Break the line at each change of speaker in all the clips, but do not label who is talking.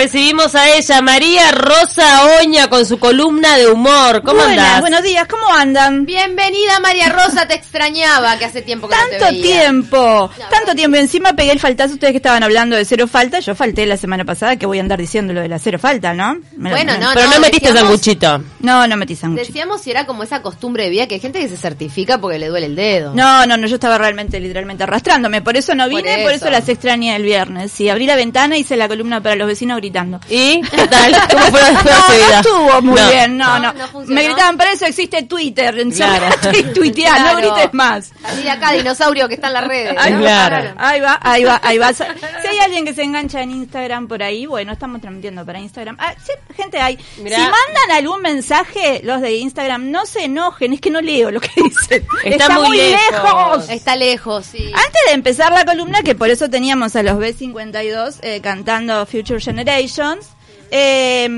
recibimos a ella, María Rosa Oña, con su columna de humor. ¿Cómo
Buenas,
andás?
Buenos días, ¿cómo andan?
Bienvenida María Rosa, te extrañaba que hace tiempo que no
Tanto
te veía.
tiempo, tanto tiempo. Encima pegué el faltazo. Ustedes que estaban hablando de cero falta, yo falté la semana pasada, que voy a andar diciendo lo de la cero falta, ¿no? Me lo-
Bueno,
me-
no,
Pero no, metiste
decíamos-
sanguchito.
No, no metí sándwich.
Decíamos si era como esa costumbre de vida que hay gente que se certifica porque le duele el dedo.
No, no, no, yo estaba realmente, literalmente arrastrándome. Por eso no
Por
vine, por eso,
eso.
las extrañé el viernes. Sí, abrí la ventana y hice la columna para los vecinos gritando.
¿Y qué tal? ¿Cómo fue
No,
la fue la
no
subida?
estuvo muy
No.
bien, no,
Ah, No,
no.
no funcionó.
Me gritaban, para eso existe Twitter, encerrate y tuiteá,
Claro.
no grites más.
Salí de acá, dinosaurio que está en las redes.
Ahí
¿no?
va,
Claro.
ahí va, ahí va, ahí va. Si hay alguien que se engancha en Instagram por ahí, bueno, estamos transmitiendo para Instagram. Ah, sí, gente hay.
Mirá.
Si mandan algún mensaje los de Instagram, no se enojen, es que no leo lo que dicen.
Está muy lejos.
Está lejos, sí.
Antes de empezar la columna, que por eso teníamos a los B52 eh, cantando Future Generations, eh,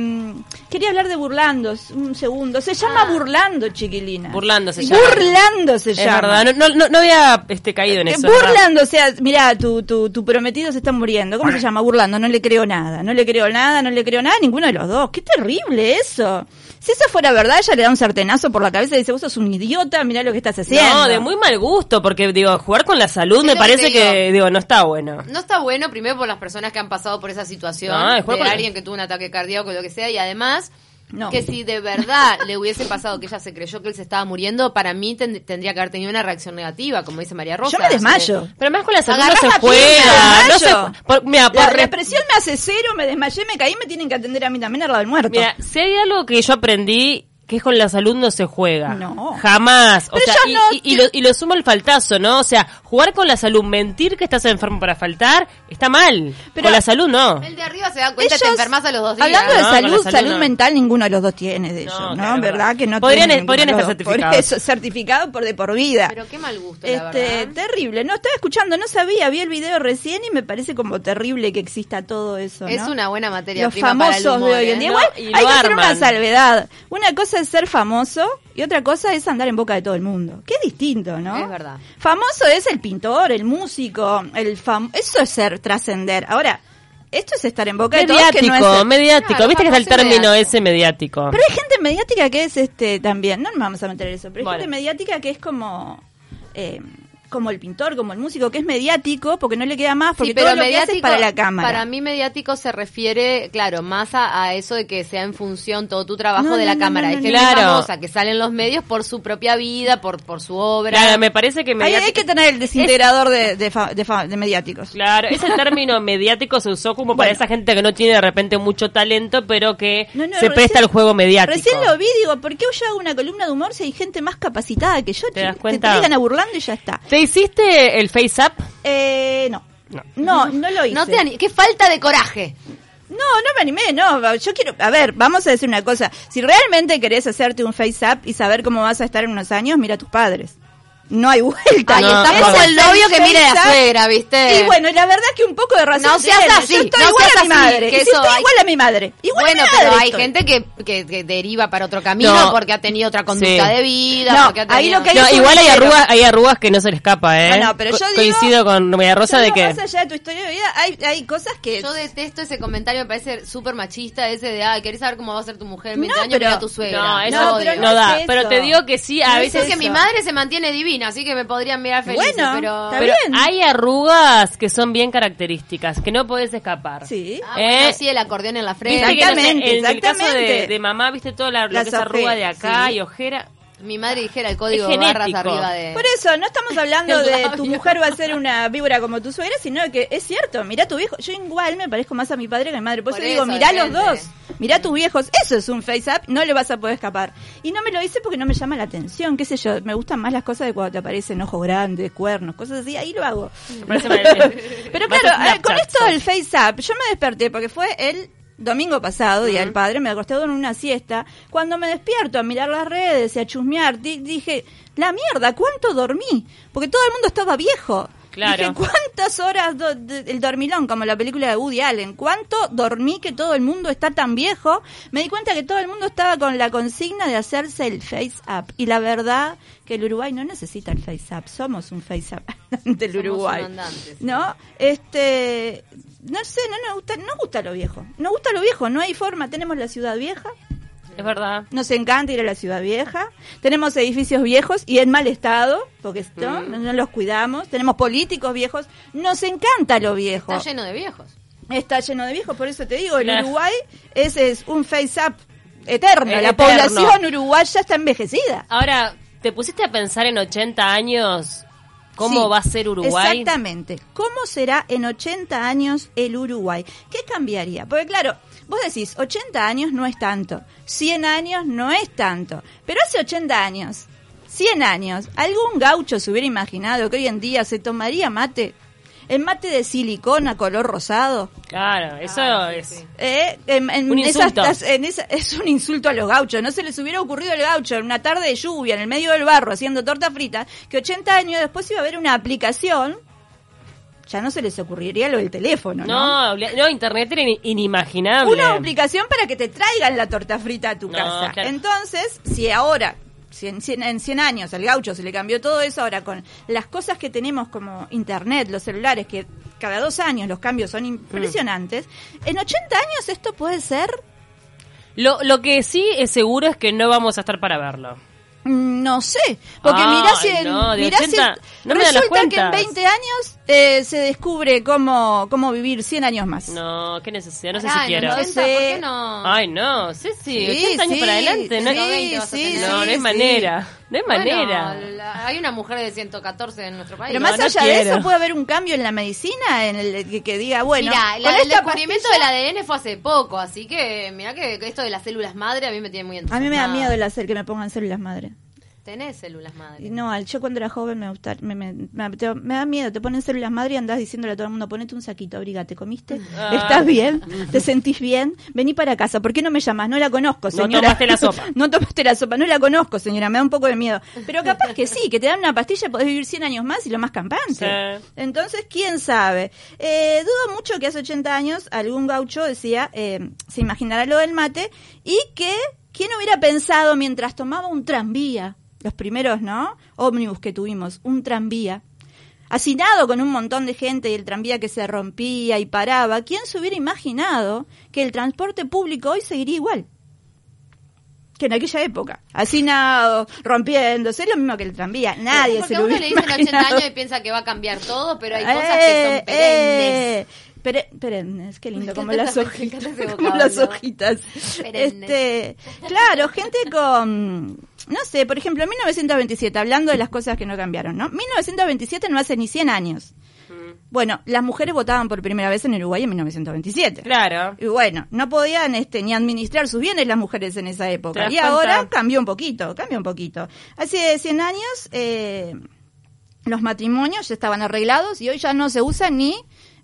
quería hablar de Burlandos, un segundo. Se llama Burlando, chiquilina.
Ah. Burlando se llama.
Burlando se
Es
llama.
verdad, no, no, no- no había este, caído en
Eh,
eso. ¿verdad?
burlando, o sea, mira, tu, tu, tu prometido se está muriendo. ¿Cómo se llama? Burlando, no le creo nada, no le creo nada, no le creo nada a ninguno de los dos. Qué terrible eso. Si eso fuera verdad, ella le da un sartenazo por la cabeza y dice, vos sos un idiota, mirá lo que estás haciendo.
No, de muy mal gusto, porque digo, jugar con la salud
Es
me
lo que
parece
te
que,
digo.
digo, no está bueno.
No está bueno, primero por las personas que han pasado por esa situación,
No, es
de
jugar con-
alguien que tuvo un ataque cardíaco o lo que sea, y además,
No.
que si de verdad le hubiese pasado que ella se creyó que él se estaba muriendo, para mí ten- tendría que haber tenido una reacción negativa, como dice María Rosa.
Yo me
no sé.
desmayo.
Pero más con la salud
Agarrá
no se
la
juega.
piña,
No se,
mayo.
por, mira, por
La
res-
represión me hace cero, me desmayé, me caí, me tienen que atender a mí también al lado del muerto.
mira, si hay algo que yo aprendí, que es con la salud no se juega.
No.
Jamás. O
Pero
sea,
yo
y,
no
y- y lo, y lo sumo al faltazo, ¿no? O sea, jugar con la salud, mentir que estás enfermo para faltar, está mal.
Pero-
con la salud no.
El de arriba se da cuenta, te
Ellos,
enfermas a los dos días.
Hablando de
No, con la
salud,
salud
salud,
no.
mental, ninguno de los dos tiene de ellos,
No,
¿no?
claro,
¿Verdad? Que no
Podrían- e-
tienen ninguno
podrían
de los
estar
dos. Por
certificados.
eso, certificado por de por vida.
Pero qué mal gusto, la
Este,
verdad.
terrible. No estaba escuchando, no sabía, vi el video recién y me parece como terrible que exista todo eso. ¿no?
Es una buena materia
Los
prima para el
famosos de
humor,
hoy en
¿eh?
día.
No,
Igual
y
hay
lo
que hacer una
arman.
salvedad. Una cosa es ser famoso y otra cosa es andar en boca de todo el mundo. Qué distinto, ¿no?
Es verdad.
Famoso es el pintor, el músico, el fam eso es ser trascender. Ahora, esto es estar en boca de todos que
Mediático,
no es ser-
mediático.
Claro,
Viste que está el
famoso y
término
mediático.
ese mediático.
Pero hay gente mediática que es este también, no nos vamos a meter en eso, pero hay
Bueno.
gente mediática que es como eh, como el pintor, como el músico, que es mediático porque no le queda más, porque
Sí, pero
todo lo que hace es para la cámara.
Para mí mediático se refiere, claro, más a, a eso de que sea en función todo tu trabajo
No,
de la
no, no,
cámara.
no,
Hay
no,
gente
claro.
famosa que sale en los medios por su propia vida, por, por su obra.
Claro, me parece que
Hay,
mediático...
hay que tener el desintegrador de, de, fa- de fa- de mediáticos.
Claro, ese término mediático se usó como para
Bueno.
esa gente que no tiene de repente mucho talento, pero que
No, no,
se
recién-
presta al juego mediático.
Recién lo vi, digo, ¿por qué yo hago una columna de humor si hay gente más capacitada que yo?
¿Te
Chi-
das cuenta?
Te traigan a burlando y ya está.
¿Te hiciste el face up?
Eh, no.
No.
no. No, lo hice.
no te ani- qué falta de coraje.
No, no me animé, no. Yo quiero. A ver, vamos a decir una cosa. Si realmente querés hacerte un face up y saber cómo vas a estar en unos años, mira a tus padres. No hay vuelta.
Ahí
No,
está
es
como
el
el novio que
face
mira a la
up.
suegra, ¿viste?
Y bueno, la verdad que un poco de razón.
No seas
tiene.
así,
Yo estoy
no
igual
seas
a mi
así,
madre.
que
Y si
eso
estoy
hay-
igual a mi madre. Igual
bueno,
a mi
pero
madre
hay
estoy.
gente que, que, que deriva para otro camino
No.
porque ha tenido otra conducta
Sí.
de vida.
No,
porque ha
ahí
tenido-
lo que hay
No,
es un
igual hay
cero.
arrugas, hay arrugas que no se le escapa, ¿eh?
No, no, pero yo digo-
Coincido con María Rosa
Yo
de
digo,
que...
Más allá de tu historia de vida, hay, hay cosas que.
Yo detesto ese comentario, me parece súper machista, ese de, ay, ¿querés saber cómo va a ser tu mujer en 20
No,
años? Mira
pero-
a tu suegra.
No, eso
La
no,
No, pero
odio.
no es
da.
eso.
Pero te digo que sí, a
No es
veces...
Es que
Ah, eso.
mi madre se mantiene divina, así que me podrían mirar feliz.
Bueno,
pero... Ah,
está
Pero
bien.
hay arrugas que son bien características, que no podés escapar.
Sí.
Ah, bueno,
Eh,
sí, el acordeón en la
Viste que,
frente.
no sé,
Exactamente,
en el caso de,
exactamente.
de mamá, viste toda la, lo
Las
que es arruga de acá
ojeras, sí.
y ojera.
Mi madre dijera el código
Es
de barras
genético.
arriba de...
Por eso, no estamos hablando
El
de
labio.
tu mujer va a ser una víbora como tu suegra, sino que es cierto, mirá tu viejo. Yo igual me parezco más a mi padre que a mi madre. Por,
Por
eso digo,
eso,
mirá
depende.
los dos, mirá tus viejos. Eso es un face up, no le vas a poder escapar. Y no me lo hice porque no me llama la atención, qué sé yo. Me gustan más las cosas de cuando te aparecen ojos grandes, cuernos, cosas así. Ahí lo hago.
parece mal-
Pero
Vas a
claro, eh,
Snapchat,
con esto
sos.
del face up, yo me desperté porque fue el domingo pasado, día del padre, me acosté en una siesta. Cuando me despierto a mirar las redes y a chusmear, di- dije, la mierda, ¿cuánto dormí? Porque todo el mundo estaba viejo.
Claro.
Dije, ¿cuántas horas do- de- el dormilón, como la película de Woody Allen? ¿Cuánto dormí que todo el mundo está tan viejo? Me di cuenta que todo el mundo estaba con la consigna de hacerse el face up. Y la verdad que el Uruguay no necesita el face up, somos un face up del
Somos un
Uruguay.
andante, sí.
¿No? Este, no sé, no nos gusta, no gusta lo viejo. No gusta lo viejo, no hay forma. Tenemos la ciudad vieja,
Es verdad.
nos encanta ir a la ciudad vieja, tenemos edificios viejos y en mal estado, porque ¿no? No, no los cuidamos, tenemos políticos viejos, nos encanta lo viejo.
Está lleno de viejos.
Está lleno de viejos, por eso te digo, el
Claro.
Uruguay ese es un face up eterno.
Es
la
eterno.
población uruguaya está envejecida.
Ahora, ¿te pusiste a pensar en 80 años cómo
Sí,
va a ser Uruguay?
Exactamente. ¿Cómo será en 80 años el Uruguay? ¿Qué cambiaría? Porque claro, vos decís, 80 años no es tanto, 100 años no es tanto, pero hace 80 años, 100 años, ¿algún gaucho se hubiera imaginado que hoy en día se tomaría mate? El mate de silicona color rosado.
Claro, eso
Ah, sí,
es.
sí.
Eh, en, en
Un
esas
insulto.
tas- en esa- es un insulto a los gauchos. No se les hubiera ocurrido al gaucho en una tarde de lluvia, en el medio del barro, haciendo torta frita, que 80 años después iba a haber una aplicación. Ya no se les ocurriría lo del teléfono, ¿no?
No, obli- no, internet era in- inimaginable.
Una aplicación para que te traigan la torta frita a tu
No,
casa.
claro.
Entonces, si ahora, si en 100, en 100 años al gaucho se le cambió todo eso, ahora con las cosas que tenemos como internet, los celulares, que cada dos años los cambios
Mm.
son impresionantes, en 80 años esto puede ser
Lo, lo que sí es seguro es que no vamos a estar para verlo.
Mm, No sé, porque
Ay,
mirá si, en-
Ah, no, de
mirá si
80, no me dan las
resulta que en
cuentas.
20 años eh, se descubre cómo, cómo vivir 100 años más.
No, qué necesidad, no sé
Pará,
si
en
quiero.
80,
No sé. Ah,
¿Por qué no?
Ay, no, sí, sí,
Sí,
80 años
sí,
para adelante. No,
sí,
no, no
120 vas a tener.
sí,
hay
sí.
manera, no hay
Bueno,
manera.
la- hay una mujer de 114 en nuestro país.
Pero
no,
más
no
allá de
quiero.
eso puede haber un cambio en la medicina en el que, que diga, bueno,
Mirá, la-
con
el
esta
descubrimiento
pastilla-
del ADN fue hace poco, así que mirá que, que esto de las células madre a mí me tiene muy
A mí me da
entusiasmada.
miedo el hacer que me pongan células madre.
Tenés células madre.
Y No, al- yo cuando era joven me gustaba, me, me- me- te- me da miedo, te ponen células madre y andás diciéndole a todo el mundo, ponete un saquito, abrigate, ¿comiste?
Ah.
¿Estás bien? ¿Te sentís bien? Vení para casa, ¿por qué no me llamas? No la conozco,
No
señora.
tomaste la sopa.
no tomaste la sopa, no la conozco, señora, me da un poco de miedo. Pero capaz que sí, que te dan una pastilla, podés vivir 100 años más y lo más campante.
Sí.
Entonces, ¿quién sabe? Eh, dudo mucho que hace 80 años algún gaucho decía, eh, se imaginará lo del mate, y que, ¿quién hubiera pensado mientras tomaba un tranvía? Los primeros, ¿no? Ómnibus que tuvimos, un tranvía. Hacinado con un montón de gente y el tranvía que se rompía y paraba, ¿quién se hubiera imaginado que el transporte público hoy seguiría igual? que en aquella época. Hacinado, rompiéndose, es lo mismo que el tranvía. Nadie
Porque
se
a
lo
uno
hubiera
le dicen 80
imaginado.
años y piensa que va a cambiar todo, pero hay cosas que son
Eh,
perennes.
eh, pere- perennes, qué lindo,
Me
como
encanta
las
esa- me encanta
hojitas.
ese
Como
vocablo.
las hojitas.
Perennes.
Este, claro, gente con, no sé, por ejemplo, en 1927, hablando de las cosas que no cambiaron, ¿no? 1927 no hace ni 100 años. Bueno, las mujeres votaban por primera vez en Uruguay en 1927.
Claro.
Y bueno, no podían este, ni administrar sus bienes las mujeres en esa
¿Te
época.
das
Y ahora
cuenta?
cambió un poquito, cambió un poquito. Hace 100 años eh, los matrimonios ya estaban arreglados y hoy ya no se usa ni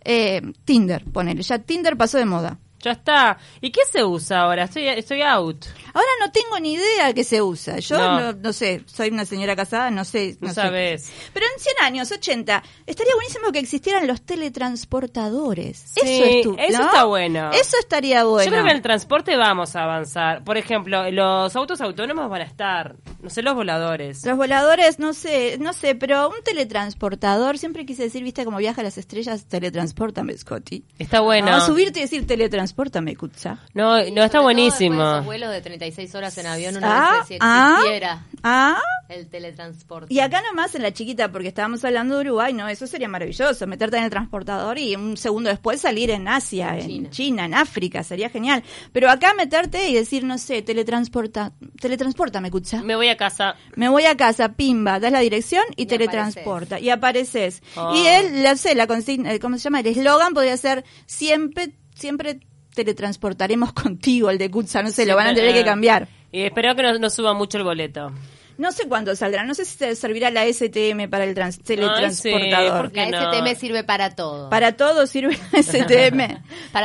eh, Tinder, ponele. Ya Tinder pasó de moda.
Ya está. ¿Y qué se usa ahora? Estoy, estoy out.
Ahora no tengo ni idea qué se usa. Yo no,
No.
no sé, soy una señora casada, no sé.
No
sé.
sabes.
Pero en 100 años, 80, estaría buenísimo que existieran los teletransportadores.
Sí,
eso es tu-
eso
¿no?
está bueno.
Eso estaría bueno.
Yo creo que en el transporte vamos a avanzar. Por ejemplo, los autos autónomos van a estar. No sé, los voladores.
Los voladores, no sé, no sé, pero un teletransportador, siempre quise decir, viste, como viaja a las estrellas, teletransportame, Scotty.
Está bueno.
No, subirte y decir teletransportame, Kutza.
No,
Y
Eh, no, está
sobre todo después de
buenísimo.
Esos vuelos de 36 horas en avión, uno
Ah,
dice si
ah,
existiera
ah.
el teletransporte.
Y acá nomás en la chiquita, porque estábamos hablando de Uruguay, no, eso sería maravilloso, meterte en el transportador y un segundo después salir en Asia, en China,
China.
en África, sería genial. Pero acá meterte y decir, no sé, teletransporta, teletransportame, Kutza.
Me voy a casa.
Me voy a casa, pimba, das la dirección y,
Y
teletransporta. Y apareces.
Ah.
Y él, la, sé, la consigna, eh, ¿cómo se llama? El eslogan podría ser siempre, siempre teletransportaremos contigo, el de Kutza, no sé, lo van a tener que cambiar.
Y espero que no, no suba mucho el boleto.
No sé cuándo saldrá, no sé si te servirá la STM para el trans- teletransportador.
¿por qué?
La
que no.
STM sirve para todo.
Para
Para,
todo sirve la STM.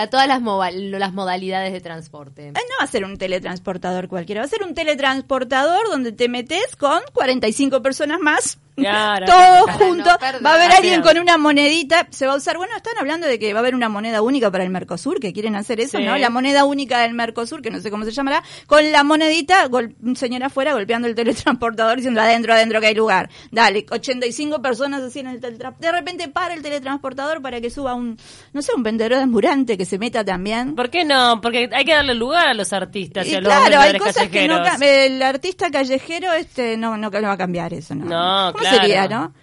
todas las, mova- las modalidades de transporte.
Eh, No va a ser un teletransportador cualquiera, va a ser un teletransportador donde te metes con 45 personas más.
Claro. Ah,
Todos
Para no
juntos.
perder.
va a haber
Así
alguien
es.
con una monedita. Se va a usar. Bueno, están hablando de que va a haber una moneda única para el Mercosur, que quieren hacer eso,
Sí.
¿no? La moneda única del Mercosur, que no sé cómo se llamará, con la monedita, gol- un señor afuera golpeando el transportador diciendo adentro, adentro que hay lugar. Dale, 85 personas así en el teletransportador. De repente para el teletransportador para que suba un, no sé, un vendedor ambulante que se meta también.
¿Por qué no? Porque hay que darle lugar a los artistas y,
Y
a los
claro, hay
vendedores
cosas que no
callejeros.
ca- el artista callejero este no no que lo va a cambiar eso, ¿no?
No, claro.
¿Cómo sería, no?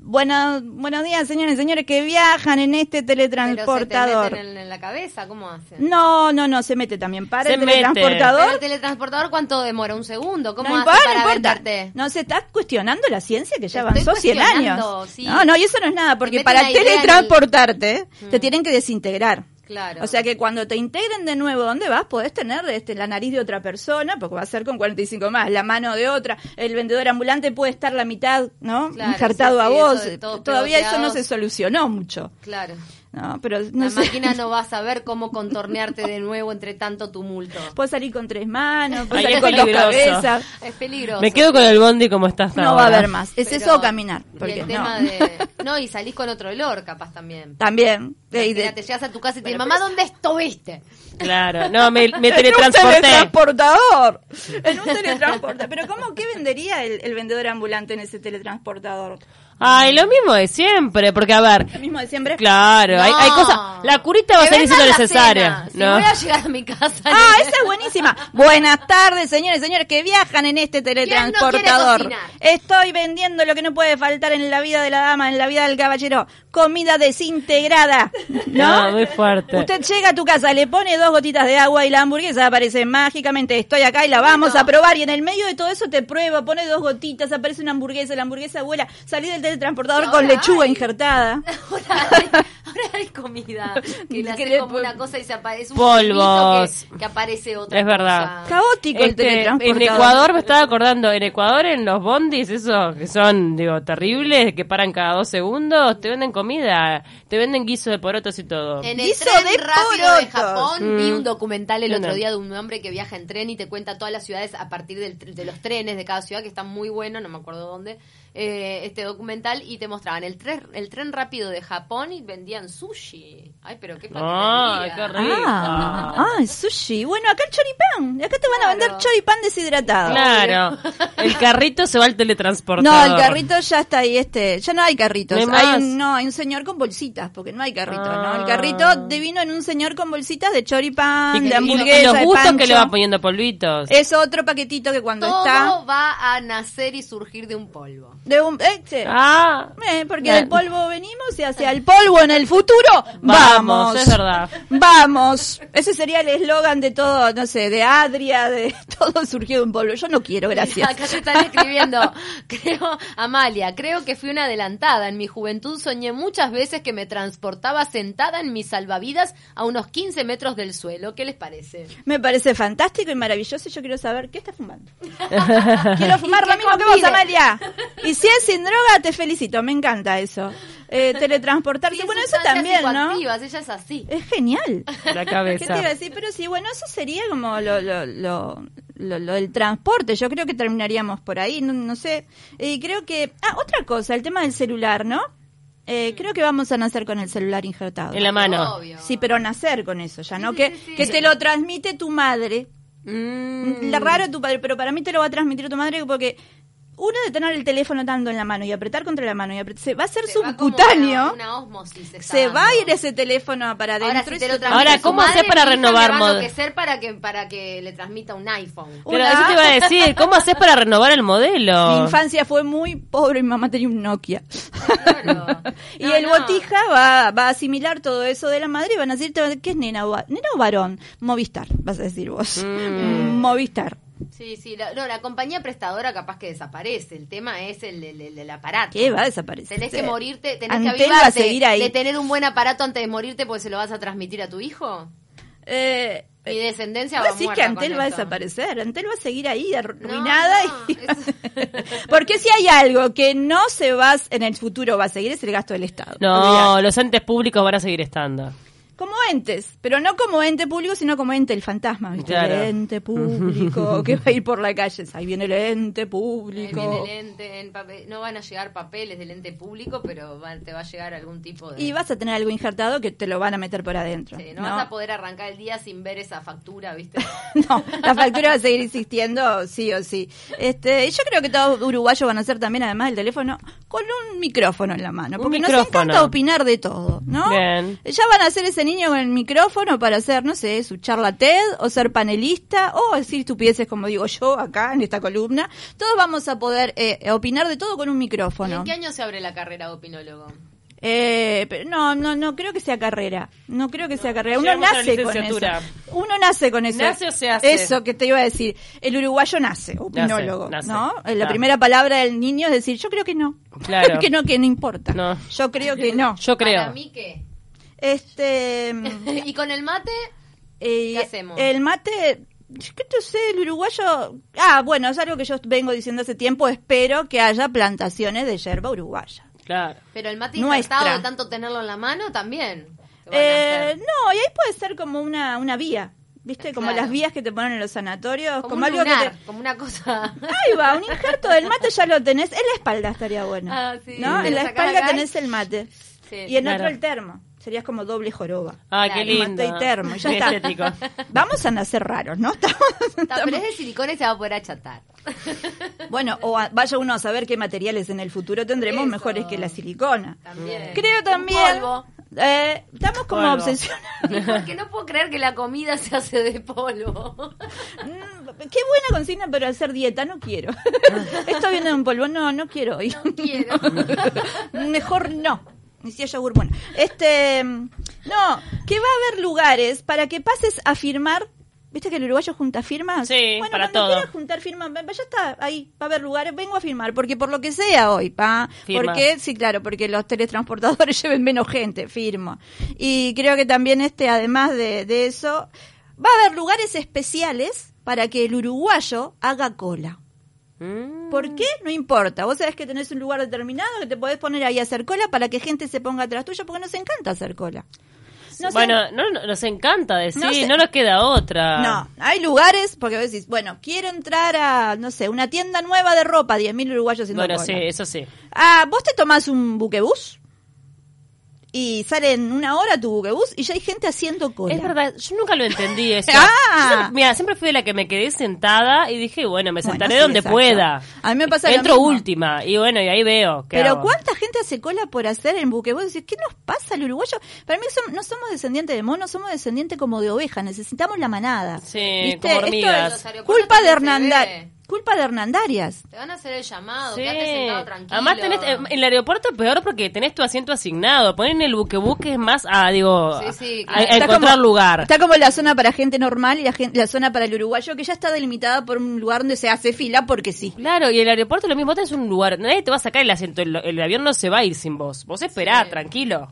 Bueno, buenos días, señores y señores que viajan en este
Pero se
teletransportador.
te meten en, en la cabeza, ¿cómo hacen?
No, no, no, se mete también para
Se
el
mete.
Pero
teletransportador.
el teletransportador, ¿cuánto demora? ¿Un segundo? ¿Cómo
no
hace
importa,
para
no importa.
venderte?
No, se está cuestionando la ciencia que ya
Te
avanzó
estoy
100
cuestionando,
años.
sí.
No, no, y eso no es nada, porque
meten Mm.
para
la idea en el-
teletransportarte te tienen que desintegrar.
Claro.
O sea que cuando te integren de nuevo, ¿dónde vas? Podés tener este, la nariz de otra persona, porque va a ser con 45 más, la mano de otra, el vendedor ambulante puede estar la mitad, ¿no?
Claro,
Injertado
sí,
a
sí,
vos.
eso de todos
Todavía eso no
pegoteados.
se solucionó mucho.
Claro.
No, pero no
la
sé.
máquina no va a saber cómo contornearte de nuevo entre tanto tumulto.
Puedes salir con tres manos, puedes
Ahí
salir
es
con dos
peligroso.
cabezas.
Es peligroso.
Me quedo con el bondi como está hasta
No va a
ahora.
haber más. Es
Pero-
eso o caminar.
y
Porque
el tema
no.
de... No, y salís con otro olor, capaz también.
También. de- y de-
Mira, te llegas a tu casa y te dicen, mamá, ¿dónde estuviste?
Claro, no, me, me
En un
teletransporté.
teletransportador. En un teletransportador. Pero ¿cómo qué vendería el, el vendedor ambulante en ese teletransportador?
Ay, lo mismo de siempre, porque a ver,
Lo mismo de siempre.
claro, hay, hay
No.
cosas, la curita va a
Que
seguir siendo
vendan la
necesaria,
cena. Si
¿no?
voy a llegar a mi casa.
Ah, esa es buenísima. Buenas tardes, señores y señores que viajan en este teletransportador.
¿Quién no quiere cocinar?
Estoy vendiendo lo que no puede faltar en la vida de la dama, en la vida del caballero. Comida desintegrada. ¿No?
No, muy fuerte.
Usted llega a tu casa, le pone dos gotitas de agua y la hamburguesa aparece mágicamente. Estoy acá y la vamos a probar. Y en el medio de todo eso te prueba, pone dos gotitas, aparece una hamburguesa, la hamburguesa vuela. Salí del teletransportador
Y
con
ahora
lechuga
hay.
injertada.
Ahora hay, ahora hay comida. Que le
Que
haces
le
como
pon-
una cosa y se aparece un
Polvos.
polvito que, que aparece otra
Es verdad.
cosa.
Caótico el
Este, en
teletransportador.
Ecuador me estaba acordando, en Ecuador en los bondis, esos que son, digo, terribles, que paran cada dos segundos, te venden comida, te venden guiso de porotos y todo.
En el
Guiso
tren
de
rápido de
porotos.
Japón vi un documental el
Mm. No,
otro
no.
día de un hombre que viaja en tren y te cuenta todas las ciudades a partir del tr- de los trenes de cada ciudad que está muy bueno, no me acuerdo dónde. eh, este documental y te mostraban el tren el tren rápido de Japón y vendían sushi. Ay, pero qué
Ay,
patinería.
qué rico.
Ah, ah, el sushi. Bueno, acá el choripán. Acá te van a vender
Claro.
choripán deshidratado.
Claro, el carrito se va al
No,
teletransportador.
el carrito ya está ahí, este, ya no hay carritos.
No hay
hay,
más.
un, no, hay un señor con bolsitas, porque no hay carrito,
Ah.
¿no? El carrito divino en un señor con bolsitas de choripán,
Y-
de
y- y
hamburguesa,
los
de
gustos
pancho. Eh,
que le va poniendo polvitos.
Es otro paquetito que cuando
Todo
está
va a nacer y surgir de un polvo.
de un este,
Ah,
eh, porque
Eh.
del polvo venimos y hacia el polvo en el futuro vamos.
Vamos, es verdad.
Vamos. Ese sería el eslogan de todo, no sé, de Adria, de todo surgió de un polvo. Yo no quiero, gracias.
Acá te están escribiendo, creo, Amalia, creo que fui una adelantada. En mi juventud soñé muchas veces que me transportaba sentada en mis salvavidas a unos 15 metros del suelo. ¿Qué les parece?
Me parece fantástico y maravilloso y yo quiero saber qué está fumando. Quiero fumar lo
¿Y qué
mismo que vos,
convive?
Amalia. Y si es sin droga, te felicito, me encanta eso. Eh, teletransportarse,
Sin
bueno, eso
sustancias
también, ¿no?
psicoactivas, Ella es así.
Es genial.
la
¿Qué te
cabeza.
iba a decir? Pero sí, bueno, eso sería como lo, lo, lo, lo- lo del transporte. Yo creo que terminaríamos por ahí, no, no sé. Y creo que... Ah, otra cosa, el tema del celular, ¿no?
Mm.
Eh, creo que vamos a nacer con el celular injertado.
En la mano.
Obvio.
Sí, pero nacer con eso ya, ¿no?
sí,
que
sí, sí.
que te lo transmite tu madre.
Mm.
La raro tu padre, pero para mí te lo va a transmitir tu madre porque uno de tener el teléfono tanto en la mano y apretar contra la mano y apre- se va a hacer
Se va como
subcutáneo,
Una, una osmosis. está
se va a
dando.
ir ese teléfono para
Ahora,
adentro.
si
y
te
se-
lo transmite
Ahora,
su
¿cómo
madre,
hacer para
mi hija me
renovar
va a
mod-
enloquecer para que, para que le transmita un iPhone.
Pero eso te iba a decir, ¿cómo haces para renovar el modelo?
Mi infancia fue muy pobre, mi mamá tenía un Nokia.
Claro.
y
No,
el
no.
botija va, va a asimilar todo eso de la madre y van a decir, ¿qué es nena o, va- nena o varón? Movistar, vas a decir vos.
Mm.
Movistar.
Sí, sí. La, no, la compañía prestadora capaz que desaparece. El tema es el, el, el- el aparato.
¿Qué va a desaparecer?
Tenés que morirte, tenés
Antel
que
va a
avivarte
seguir ahí.
de tener un buen aparato antes de morirte porque se lo vas a transmitir a tu hijo.
Eh,
Mi descendencia va
Vos
a
decís que Antel va a desaparecer, Antel va a seguir ahí arruinada.
No, no,
y-
es-
Porque si hay algo que no se va, en el futuro va a seguir, es el gasto del Estado.
No, los entes públicos van a seguir estando.
como entes, pero no como ente público, sino como ente el fantasma, ¿viste?
Claro.
El ente público que va a ir por la calle. Ahí viene el ente
Ahí
público.
viene el ente en papel- No van a llegar papeles del ente público, pero va- te va a llegar algún tipo de...
Y vas a tener algo injertado que te lo van a meter por adentro.
Sí, no, vas a poder arrancar el día sin ver esa factura, ¿viste?
No, la factura va a seguir existiendo, sí o sí. Este, y yo creo que todos uruguayos van a hacer también, además del teléfono, con un micrófono en la mano.
Un
Porque nos
micrófono.
encanta opinar de todo, ¿no?
Bien.
Ya van a ser ese niño con el micrófono para hacer, no sé, su charla TED, o ser panelista, o decir estupideces como digo yo acá en esta columna. Todos vamos a poder eh, opinar de todo con un
¿Y
micrófono.
en qué año se abre la carrera de opinólogo?
Eh, pero no, no, no creo que sea carrera. No creo que sea carrera. Uno
llegamos a la
nace con eso.
licenciatura.
Uno nace con eso.
¿Nace o se hace?
Eso que te iba a decir. El uruguayo nace, opinólogo,
nace,
¿no? Eh, La
claro.
primera palabra del niño es decir, yo creo que no.
Claro.
que no, que no importa.
No.
Yo creo que no.
Yo creo.
¿Para mí qué?
Este.
¿Y con el mate?
eh,
¿Qué hacemos?
El mate. ¿Qué te sé? El uruguayo. Ah, bueno, es algo que yo vengo diciendo hace tiempo. Espero que haya plantaciones de yerba uruguaya.
Claro.
Pero el mate
Nuestra.
insertado de tanto tenerlo en la mano también. te van a
Eh,
hacer.
no, y ahí puede ser como una, una vía, ¿viste? Como
Claro.
las vías que te ponen en los sanatorios, como,
como, un
algo
lunar,
que te...
como una cosa.
Ahí va, un injerto del mate ya lo tenés, en la espalda estaría bueno.
Ah, sí.
¿No?
Te
En
lo
la
sacás
espalda
acá y-
tenés el mate.
Sí.
Y en
Claro.
otro el termo. Serías como doble joroba.
Ah,
Claro,
qué
Y
lindo.
mate y termo, y ya
Qué
está.
estético.
Vamos a nacer raros, ¿no? Estamos-
Ta- Pero es de silicona y se va a poder achatar.
Bueno, o a- vaya uno a saber qué materiales en el futuro tendremos
Eso.
mejores que la silicona.
También.
Creo
Un
también...
polvo.
eh, estamos como
Polvo.
obsesionados.
Y Porque no puedo creer que la comida se hace de polvo.
Mm, Qué buena consigna, pero hacer dieta no quiero.
Ah.
Esto viene de un polvo, no, no quiero ir.
No quiero.
Mejor no. Ni si es yogur bueno. Este, mm, no, que va a haber lugares para que pases a firmar. ¿Viste que el uruguayo junta firmas?
Sí,
bueno,
para
cuando
todo.
quieras juntar firmas, ven, ya está, ahí, va a haber lugares, vengo a firmar, porque por lo que sea hoy, pa,
Firma.
porque, sí, claro, porque los teletransportadores lleven menos gente, firmo. Y creo que también este, además de, de eso, va a haber lugares especiales para que el uruguayo haga cola.
Mm.
¿Por qué? No importa. Vos sabés que tenés un lugar determinado que te podés poner ahí a hacer cola para que gente se ponga atrás tuyo porque nos encanta hacer cola. No sé-
bueno, no, no- nos encanta decir,
No
no,
sé.
nos queda otra.
No, hay lugares porque vos decís, bueno, quiero entrar a, no sé, una tienda nueva de ropa, 10.000 uruguayos haciendo
Bueno,
cola.
sí, eso sí.
Ah, vos te tomás un buquebús y sale en una hora tu buquebús y ya hay gente haciendo cola.
Es verdad, yo nunca lo entendí eso.
Ah.
Yo siempre- Mira, siempre fui de la que me quedé sentada y dije, bueno, me
Bueno,
sentaré
sí,
donde
exacto.
pueda.
A mí me pasa lo
Entro
mismo.
última y bueno, y ahí veo. qué
Pero
hago.
¿cuánta gente hace cola por hacer en buquebús? Decir, ¿qué nos pasa al uruguayo? Para mí som- no somos descendientes de mono, somos descendientes como de oveja, necesitamos la manada.
Sí, como hormigas.
Esto
En
es
los
culpa de
aeropuertos también se
Hernandarias.
ve.
Culpa de Hernandarias.
Te van a hacer el llamado,
Sí.
quédate sentado tranquilo.
Además, tenés, eh, en el aeropuerto peor porque tenés tu asiento asignado. Ponen el buquebuque es más a, digo,
Sí, sí,
a-
claro.
a, encontrar lugar.
Está como la zona para gente normal y la, gen- la zona para el uruguayo que ya está delimitada por un lugar donde se hace fila porque sí.
Claro, y el aeropuerto lo mismo, tenés un lugar. Nadie te va a sacar el asiento. El, el avión no se va a ir sin vos. Vos esperá,
Sí.
tranquilo.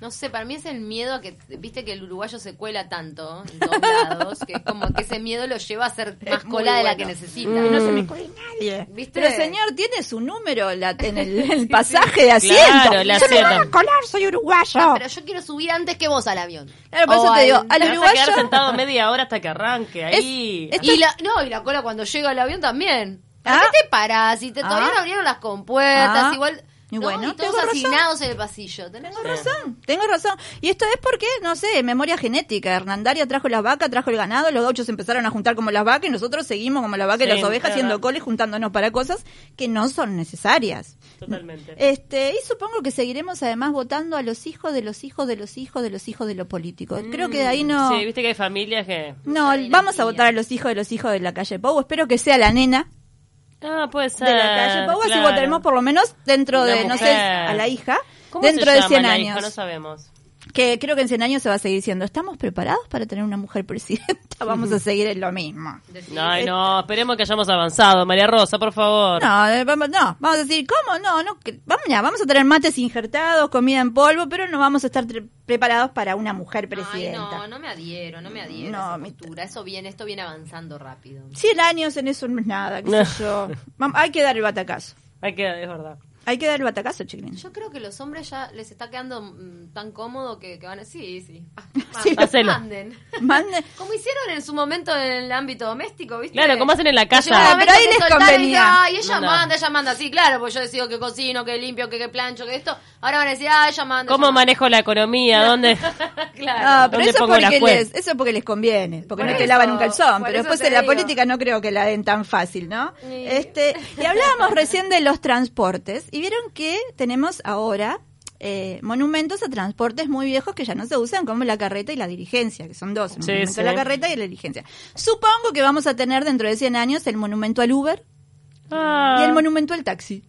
No sé, para mí es el miedo a que, viste que el uruguayo se cuela tanto en todos lados, que es como que ese miedo lo lleva a hacer más
Es muy
cola de la
bueno.
que necesita.
Y No se me cuele nadie.
¿Viste?
Pero señor, tiene su número la- en el, el pasaje de asiento.
Claro, el
Se me
asiento.
van a colar, soy uruguayo.
Ah, Pero yo quiero subir antes que vos al avión.
Claro, por
O
eso te
al-
digo, al
Te vas a quedar
uruguayo...
sentado media hora hasta que arranque. Ahí.
es-
Y la, no, y la cola cuando llega al avión también. ¿A
Ah.
qué te parás? Si te, todavía
Ah.
no abrieron las compuertas,
Ah.
igual.
Y
no,
bueno,
y todos
tengo razón.
asignados en el pasillo. Tenés
Tengo
razón.
razón, tengo razón. Y esto es porque, no sé, memoria genética. Hernandaria trajo las vacas, trajo el ganado, los gauchos empezaron a juntar como las vacas y nosotros seguimos como las vacas y
Sí,
las ovejas
claro.
haciendo coles, juntándonos para cosas que no son necesarias.
Totalmente.
Este, y supongo que seguiremos además votando a los hijos de los hijos de los hijos de los hijos de los políticos. Creo que de ahí no...
Sí, viste que hay familias que.
No, vamos
Esa
a
dinastía.
votar a los hijos de los hijos de la calle Pou. Espero que sea la nena
Ah, puede ser.
de la calle Pues, Pou. Así
claro.
votaremos por lo menos dentro
Una
de, no sé,
mujer.
a la hija,
¿Cómo
dentro
se
de
llama
100
la
años.
hija? No sabemos.
que creo que en 100 años se va a seguir diciendo, ¿estamos preparados para tener una mujer presidenta? Vamos a seguir en lo mismo.
Decí-
No, ay, no, esperemos que hayamos avanzado. María Rosa, por favor.
No, eh, vamos, no, vamos a decir, ¿cómo? No, no, que- vamos, ya, vamos a tener mates injertados, comida en polvo, pero no vamos a estar tre- preparados para una mujer
Ay,
presidenta.
no, no me adhiero, no me adhiero.
No,
a esa
mi-
postura. Eso viene, esto viene avanzando rápido.
100 años en eso no es nada, qué sé yo. Vam- Hay que dar el batacazo.
Hay que, es verdad.
Hay que dar el batacazo, chiquilín.
Yo creo que los hombres ya les está quedando mm, tan cómodo que, que van a sí, sí. Ah,
Sí.
manden,
Hacelo.
manden.
Mande-
Como hicieron en su momento en el ámbito doméstico, ¿viste?
Claro, como hacen en la
Llegó un
Ah,
casa.
momento
pero ahí
que
les
soltaron y
convenía.
dijeron, Ay, ella
No.
manda, ella manda. Sí, claro, porque yo decido que cocino, que limpio, que, que plancho, que esto. Ahora van a decir, ah, ella manda.
¿Cómo
ella manda.
manejo la economía? ¿Dónde?
Claro.
Ah, pero
¿Dónde
eso
pongo la
porque,
cuenta?
les, eso porque les conviene, porque
Por
no te
eso,
lavan un calzón,
por
pero
eso
después
te
en la
digo.
política no creo que la den tan fácil, ¿no?
Sí.
Este, y hablábamos recién de los transportes, y vieron que tenemos ahora eh, monumentos a transportes muy viejos que ya no se usan, como la carreta y la dirigencia, que son dos, el
Sí,
monumento a
sí.
la carreta y la dirigencia. Supongo que vamos a tener dentro de 100 años el monumento al Uber
Ah,
y el monumento al taxi.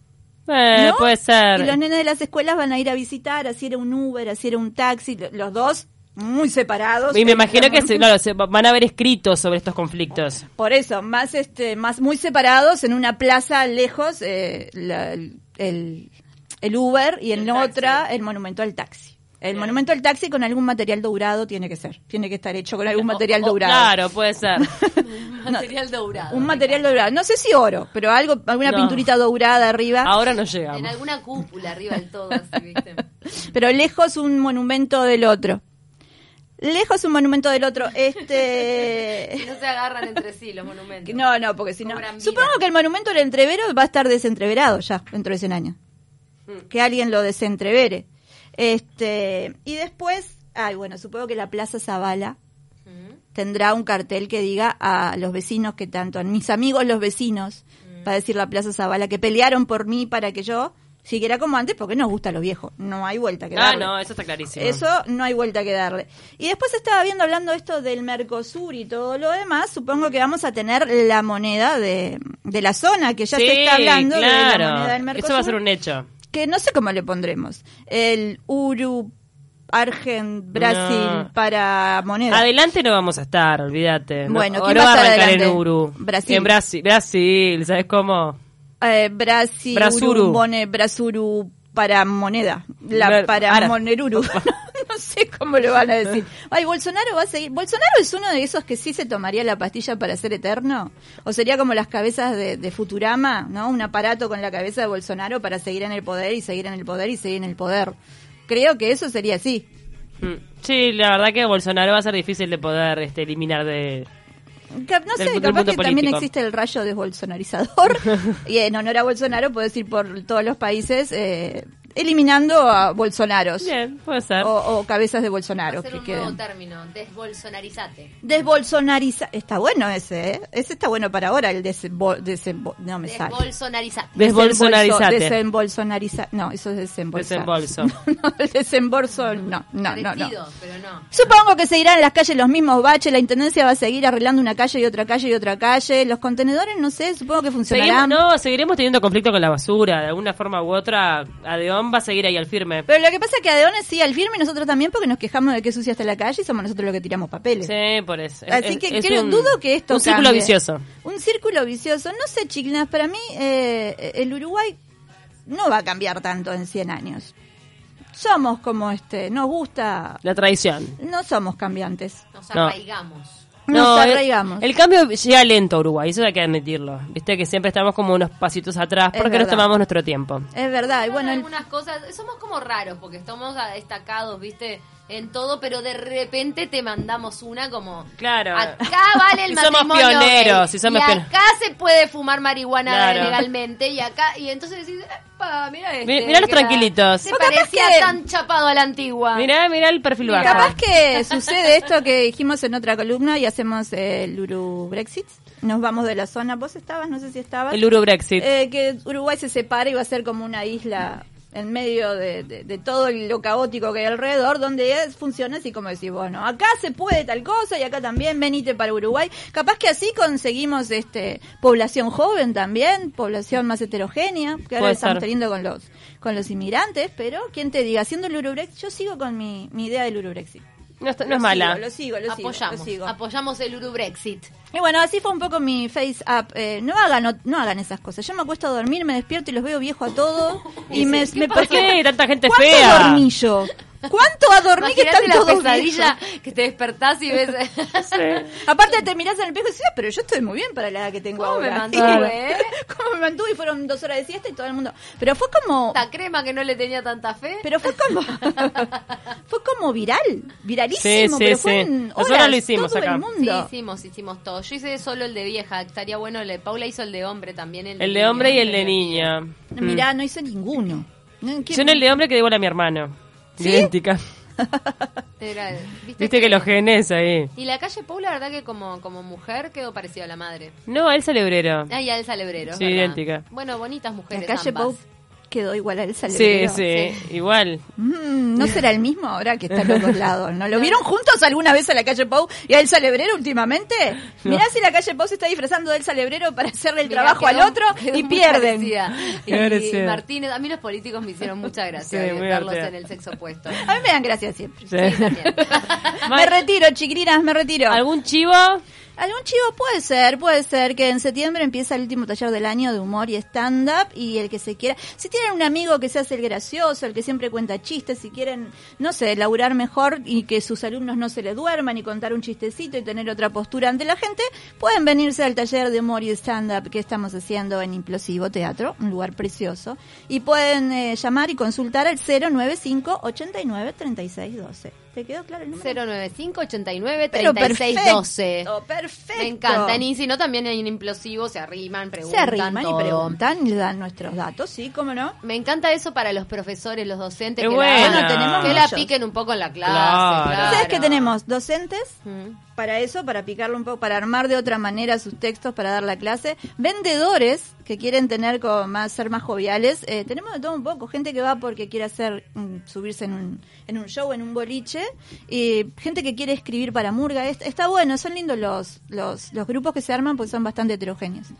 eh,
¿no?
Puede
Y los
ser.
nenes de las escuelas van a ir a visitar, así era un Uber, así era un taxi, lo- los dos muy separados.
Y me
eh,
imagino que
digamos.
se- claro, se van a haber escritos sobre estos conflictos.
Por eso, más este, más muy separados en una plaza lejos eh, la- el, el- el Uber y en
El taxi.
otra el monumento al taxi. El monumento al taxi con algún material dourado tiene que ser, tiene que estar hecho con algún material
Oh,
dourado.
Claro, puede ser.
Un material dourado.
Un material dourado, no sé si oro, pero algo, alguna
No. Ah.
pinturita dourada arriba.
Ahora no
En
llegamos.
alguna cúpula arriba del todo, así, ¿viste?
pero lejos un monumento del otro. Lejos un monumento del otro.
Que
Este.
No se agarran entre sí los monumentos.
No, no, porque si no.
Cobran vida.
Supongo que el monumento del entrevero va a estar desentreverado ya dentro de 100 años.
Mm.
Que alguien lo desentrevere. Este. Y después. Ay, bueno, supongo que la Plaza Zavala
Mm.
tendrá un cartel que diga a los vecinos que tanto, a mis amigos los vecinos,
Mm.
para decir la Plaza Zavala, que pelearon por mí para que yo siguiera como antes, porque nos gusta lo viejo. No hay vuelta que
Ah,
darle.
no, eso está clarísimo.
Eso no hay vuelta que darle. Y después estaba viendo hablando esto del Mercosur y todo lo demás. Supongo que vamos a tener la moneda de, de la zona, que ya
Sí,
se está hablando de la moneda del
claro.
Mercosur.
Eso va a ser un hecho.
Que no sé cómo le pondremos. El Uru, Argen, Brasil
No.
para moneda.
Adelante no vamos a estar, olvídate. No-
Bueno,
o
¿quién
no
va a
a
estar
arrancar en
adelante?
Uru.
Brasil.
En Brasil, Brasil, ¿sabes cómo?
Eh, Brasil,
Brasuru.
Uru, Mone- Brasuru para moneda. La,
Ver-
para
Ara.
moneruru. no sé cómo lo van a decir. Ay, Bolsonaro va a seguir. ¿Bolsonaro es uno de esos que sí se tomaría la pastilla para ser eterno? ¿O sería como las cabezas de, de Futurama, ¿no? Un aparato con la cabeza de Bolsonaro para seguir en el poder y seguir en el poder y seguir en el poder. Creo que eso sería así.
Mm. Sí, la verdad que Bolsonaro va a ser difícil de poder este, eliminar de...
Cap- No
Del-
sé,
del
capaz
mundo
que también
político.
existe el rayo desbolsonarizador. y en honor a Bolsonaro, puedo decir por todos los países, eh, eliminando a Bolsonaros.
Bien, puede ser.
O, o cabezas de
Va
Bolsonaro
a ser
que
un nuevo
queden.
término, desbolsonarizate.
Desbolsonariza. Está bueno ese, ¿eh? Ese está bueno para ahora, el desembo- desembo- No me sale.
Desbolsonarizate.
Desbolsonarizate.
Desembolsonariza. No, eso es desembolsar.
Desembolso.
No, el desembolso, no, no, no. no.
Parecido, pero no.
Supongo que seguirán en las calles los mismos baches, la intendencia va a seguir arreglando una calle y otra calle y otra calle, los contenedores, no sé, supongo que
Seguimos,
funcionarán.
no, seguiremos teniendo conflicto con la basura. De alguna forma u otra, Adeón va a seguir ahí al firme.
Pero lo que pasa es que Adeón es sí al firme y nosotros también porque nos quejamos de que sucia está la calle y somos nosotros los que tiramos papeles.
Sí, por eso. Es-
Así
es-
que
es
creo,
un-
dudo que esto
Un círculo
cambie.
vicioso.
Un círculo vicioso. No sé, chiquinas, para mí eh, el Uruguay no va a cambiar tanto en 100 años. Somos como este, nos gusta,
La traición.
no somos cambiantes.
Nos
No.
arraigamos.
Nos
el-
arraigamos.
eh, El, cambio llega lento a Uruguay, eso hay que admitirlo. Viste que siempre estamos como unos pasitos atrás
Es
porque nos
verdad.
tomamos nuestro tiempo.
Es verdad, y bueno, el-
algunas cosas, somos como raros porque estamos a- destacados, viste, en todo, pero de repente te mandamos una como...
Claro.
Ah,
Acá vale el
Y somos
matrimonio.
pioneros,
gay,
y somos pioneros.
acá se puede fumar marihuana
Claro.
legalmente y acá y entonces decís, "Epa, mira este.
Mi- mirá los
que era-
tranquilitos.
Se
O capaz
parecía
que-
tan chapado a la antigua.
Mirá, mirá el perfil bajo.
Capaz que sucede esto que dijimos en otra columna y hacemos eh, el Uru Brexit. Nos vamos de la zona. ¿Vos estabas? No sé si estabas.
El Uru Brexit.
Eh, que Uruguay se separa y va a ser como una isla en medio de, de- de todo lo caótico que hay alrededor, donde es- funciona así como decís, bueno, acá se puede tal cosa y acá también, venite para Uruguay. Capaz que así conseguimos este población joven también, población más heterogénea, que ahora
Puede
estamos
ser.
teniendo con los con los inmigrantes, pero quién te diga, haciendo el Urubrexit, yo sigo con mi, mi idea del Urubrexit.
no está- no
Lo
es mala.
sigo, lo sigo, lo sigo, lo
apoyamos,
sigo.
apoyamos el Urubrexit.
Y bueno, así fue un poco mi face up. Eh, no hagan no, no hagan esas cosas. Yo me acuesto a dormir, me despierto y los veo viejo a todos. y me, me
¿Por qué tanta gente
¿Cuánto
fea?
dormí yo? ¿Cuánto a dormir que están
Imagínate la
todos
pesadilla
viejos?
que te despertás y ves.
Aparte te mirás en el espejo y decís, "Ah, pero yo estoy muy bien para la edad que tengo
¿Cómo me
ahora.
mantuve, eh?
¿Cómo me mantuve? Y fueron dos horas de siesta y todo el mundo. Pero fue como...
Esta crema que no le tenía tanta fe.
Pero fue como... fue como viral. Viralísimo.
Sí, sí,
pero fue
sí.
en
Nosotros
horas,
lo hicimos
todo
acá.
el
Sí,
mundo.
hicimos, hicimos todo. Yo hice solo el de vieja, estaría bueno el de Paula hizo el de hombre también. El,
El de hombre y
niño.
el de niña.
Mirá, no hice ninguno. No,
Mm.
¿qué-
Yo en el de hombre quedé igual a mi hermano.
¿Sí?
Idéntica.
Era- ¿viste,
Viste que los genes ahí.
Y la calle Paula, la verdad que como, como mujer quedó parecida a la madre.
No, él sale obrero.
Ah, y a Elsa Lebrero. es
Sí,
verdad.
idéntica.
Bueno, bonitas mujeres.
La calle
ambas.
Pau quedó igual al
Sí,
salero.
sí, igual.
Mm, no será el mismo ahora que está en los dos lados. ¿No lo vieron juntos alguna vez a la calle Pau y a Elsa Lebrero últimamente?
No.
Mirá si la calle Pau se está disfrazando de Elsa Lebrero para hacerle el
Mirá,
trabajo
quedó-
al otro
quedó
y
muy
pierden.
parecida. Y,
Qué parecida.
Martínez, a mí los políticos me hicieron mucha gracia
Sí,
de
muy
verlos
divertida.
en el sexo opuesto.
A mí me dan gracia siempre.
Sí.
Sí, también.
Me retiro, chiquirinas, me retiro.
¿Algún chivo?
Algún chivo puede ser, puede ser que en septiembre empieza el último taller del año de humor y stand-up y el que se quiera, si tienen un amigo que se hace el gracioso, el que siempre cuenta chistes, si quieren, no sé, laburar mejor y que sus alumnos no se les duerman y contar un chistecito y tener otra postura ante la gente, pueden venirse al taller de humor y stand-up que estamos haciendo en Implosivo Teatro, un lugar precioso, y pueden eh, llamar y consultar al 095 89 36 12. ¿Te quedó claro el número?
095 89
Pero
36 12.
perfecto, perfecto.
Me encantan. Y si no, también hay implosivos, se arriman,
Se
preguntan.
arriman
todo.
y preguntan y dan nuestros datos, sí, cómo no.
Me encanta eso para los profesores, los docentes,
Qué
que,
bueno.
la,
Tenemos
que la
muchos.
piquen un poco en la clase.
Claro.
claro.
¿Sabes qué tenemos? Docentes
Mm.
para eso, para picarlo un poco, para armar de otra manera sus textos, para dar la clase. Vendedores que quieren tener como más, ser más joviales. Eh, tenemos de todo un poco, gente que va porque quiere hacer, mm, subirse en un, en un show, en un boliche. Y gente que quiere escribir para Murga. Es- está bueno, pues son lindos los, los, los grupos que se arman porque son bastante heterogéneos.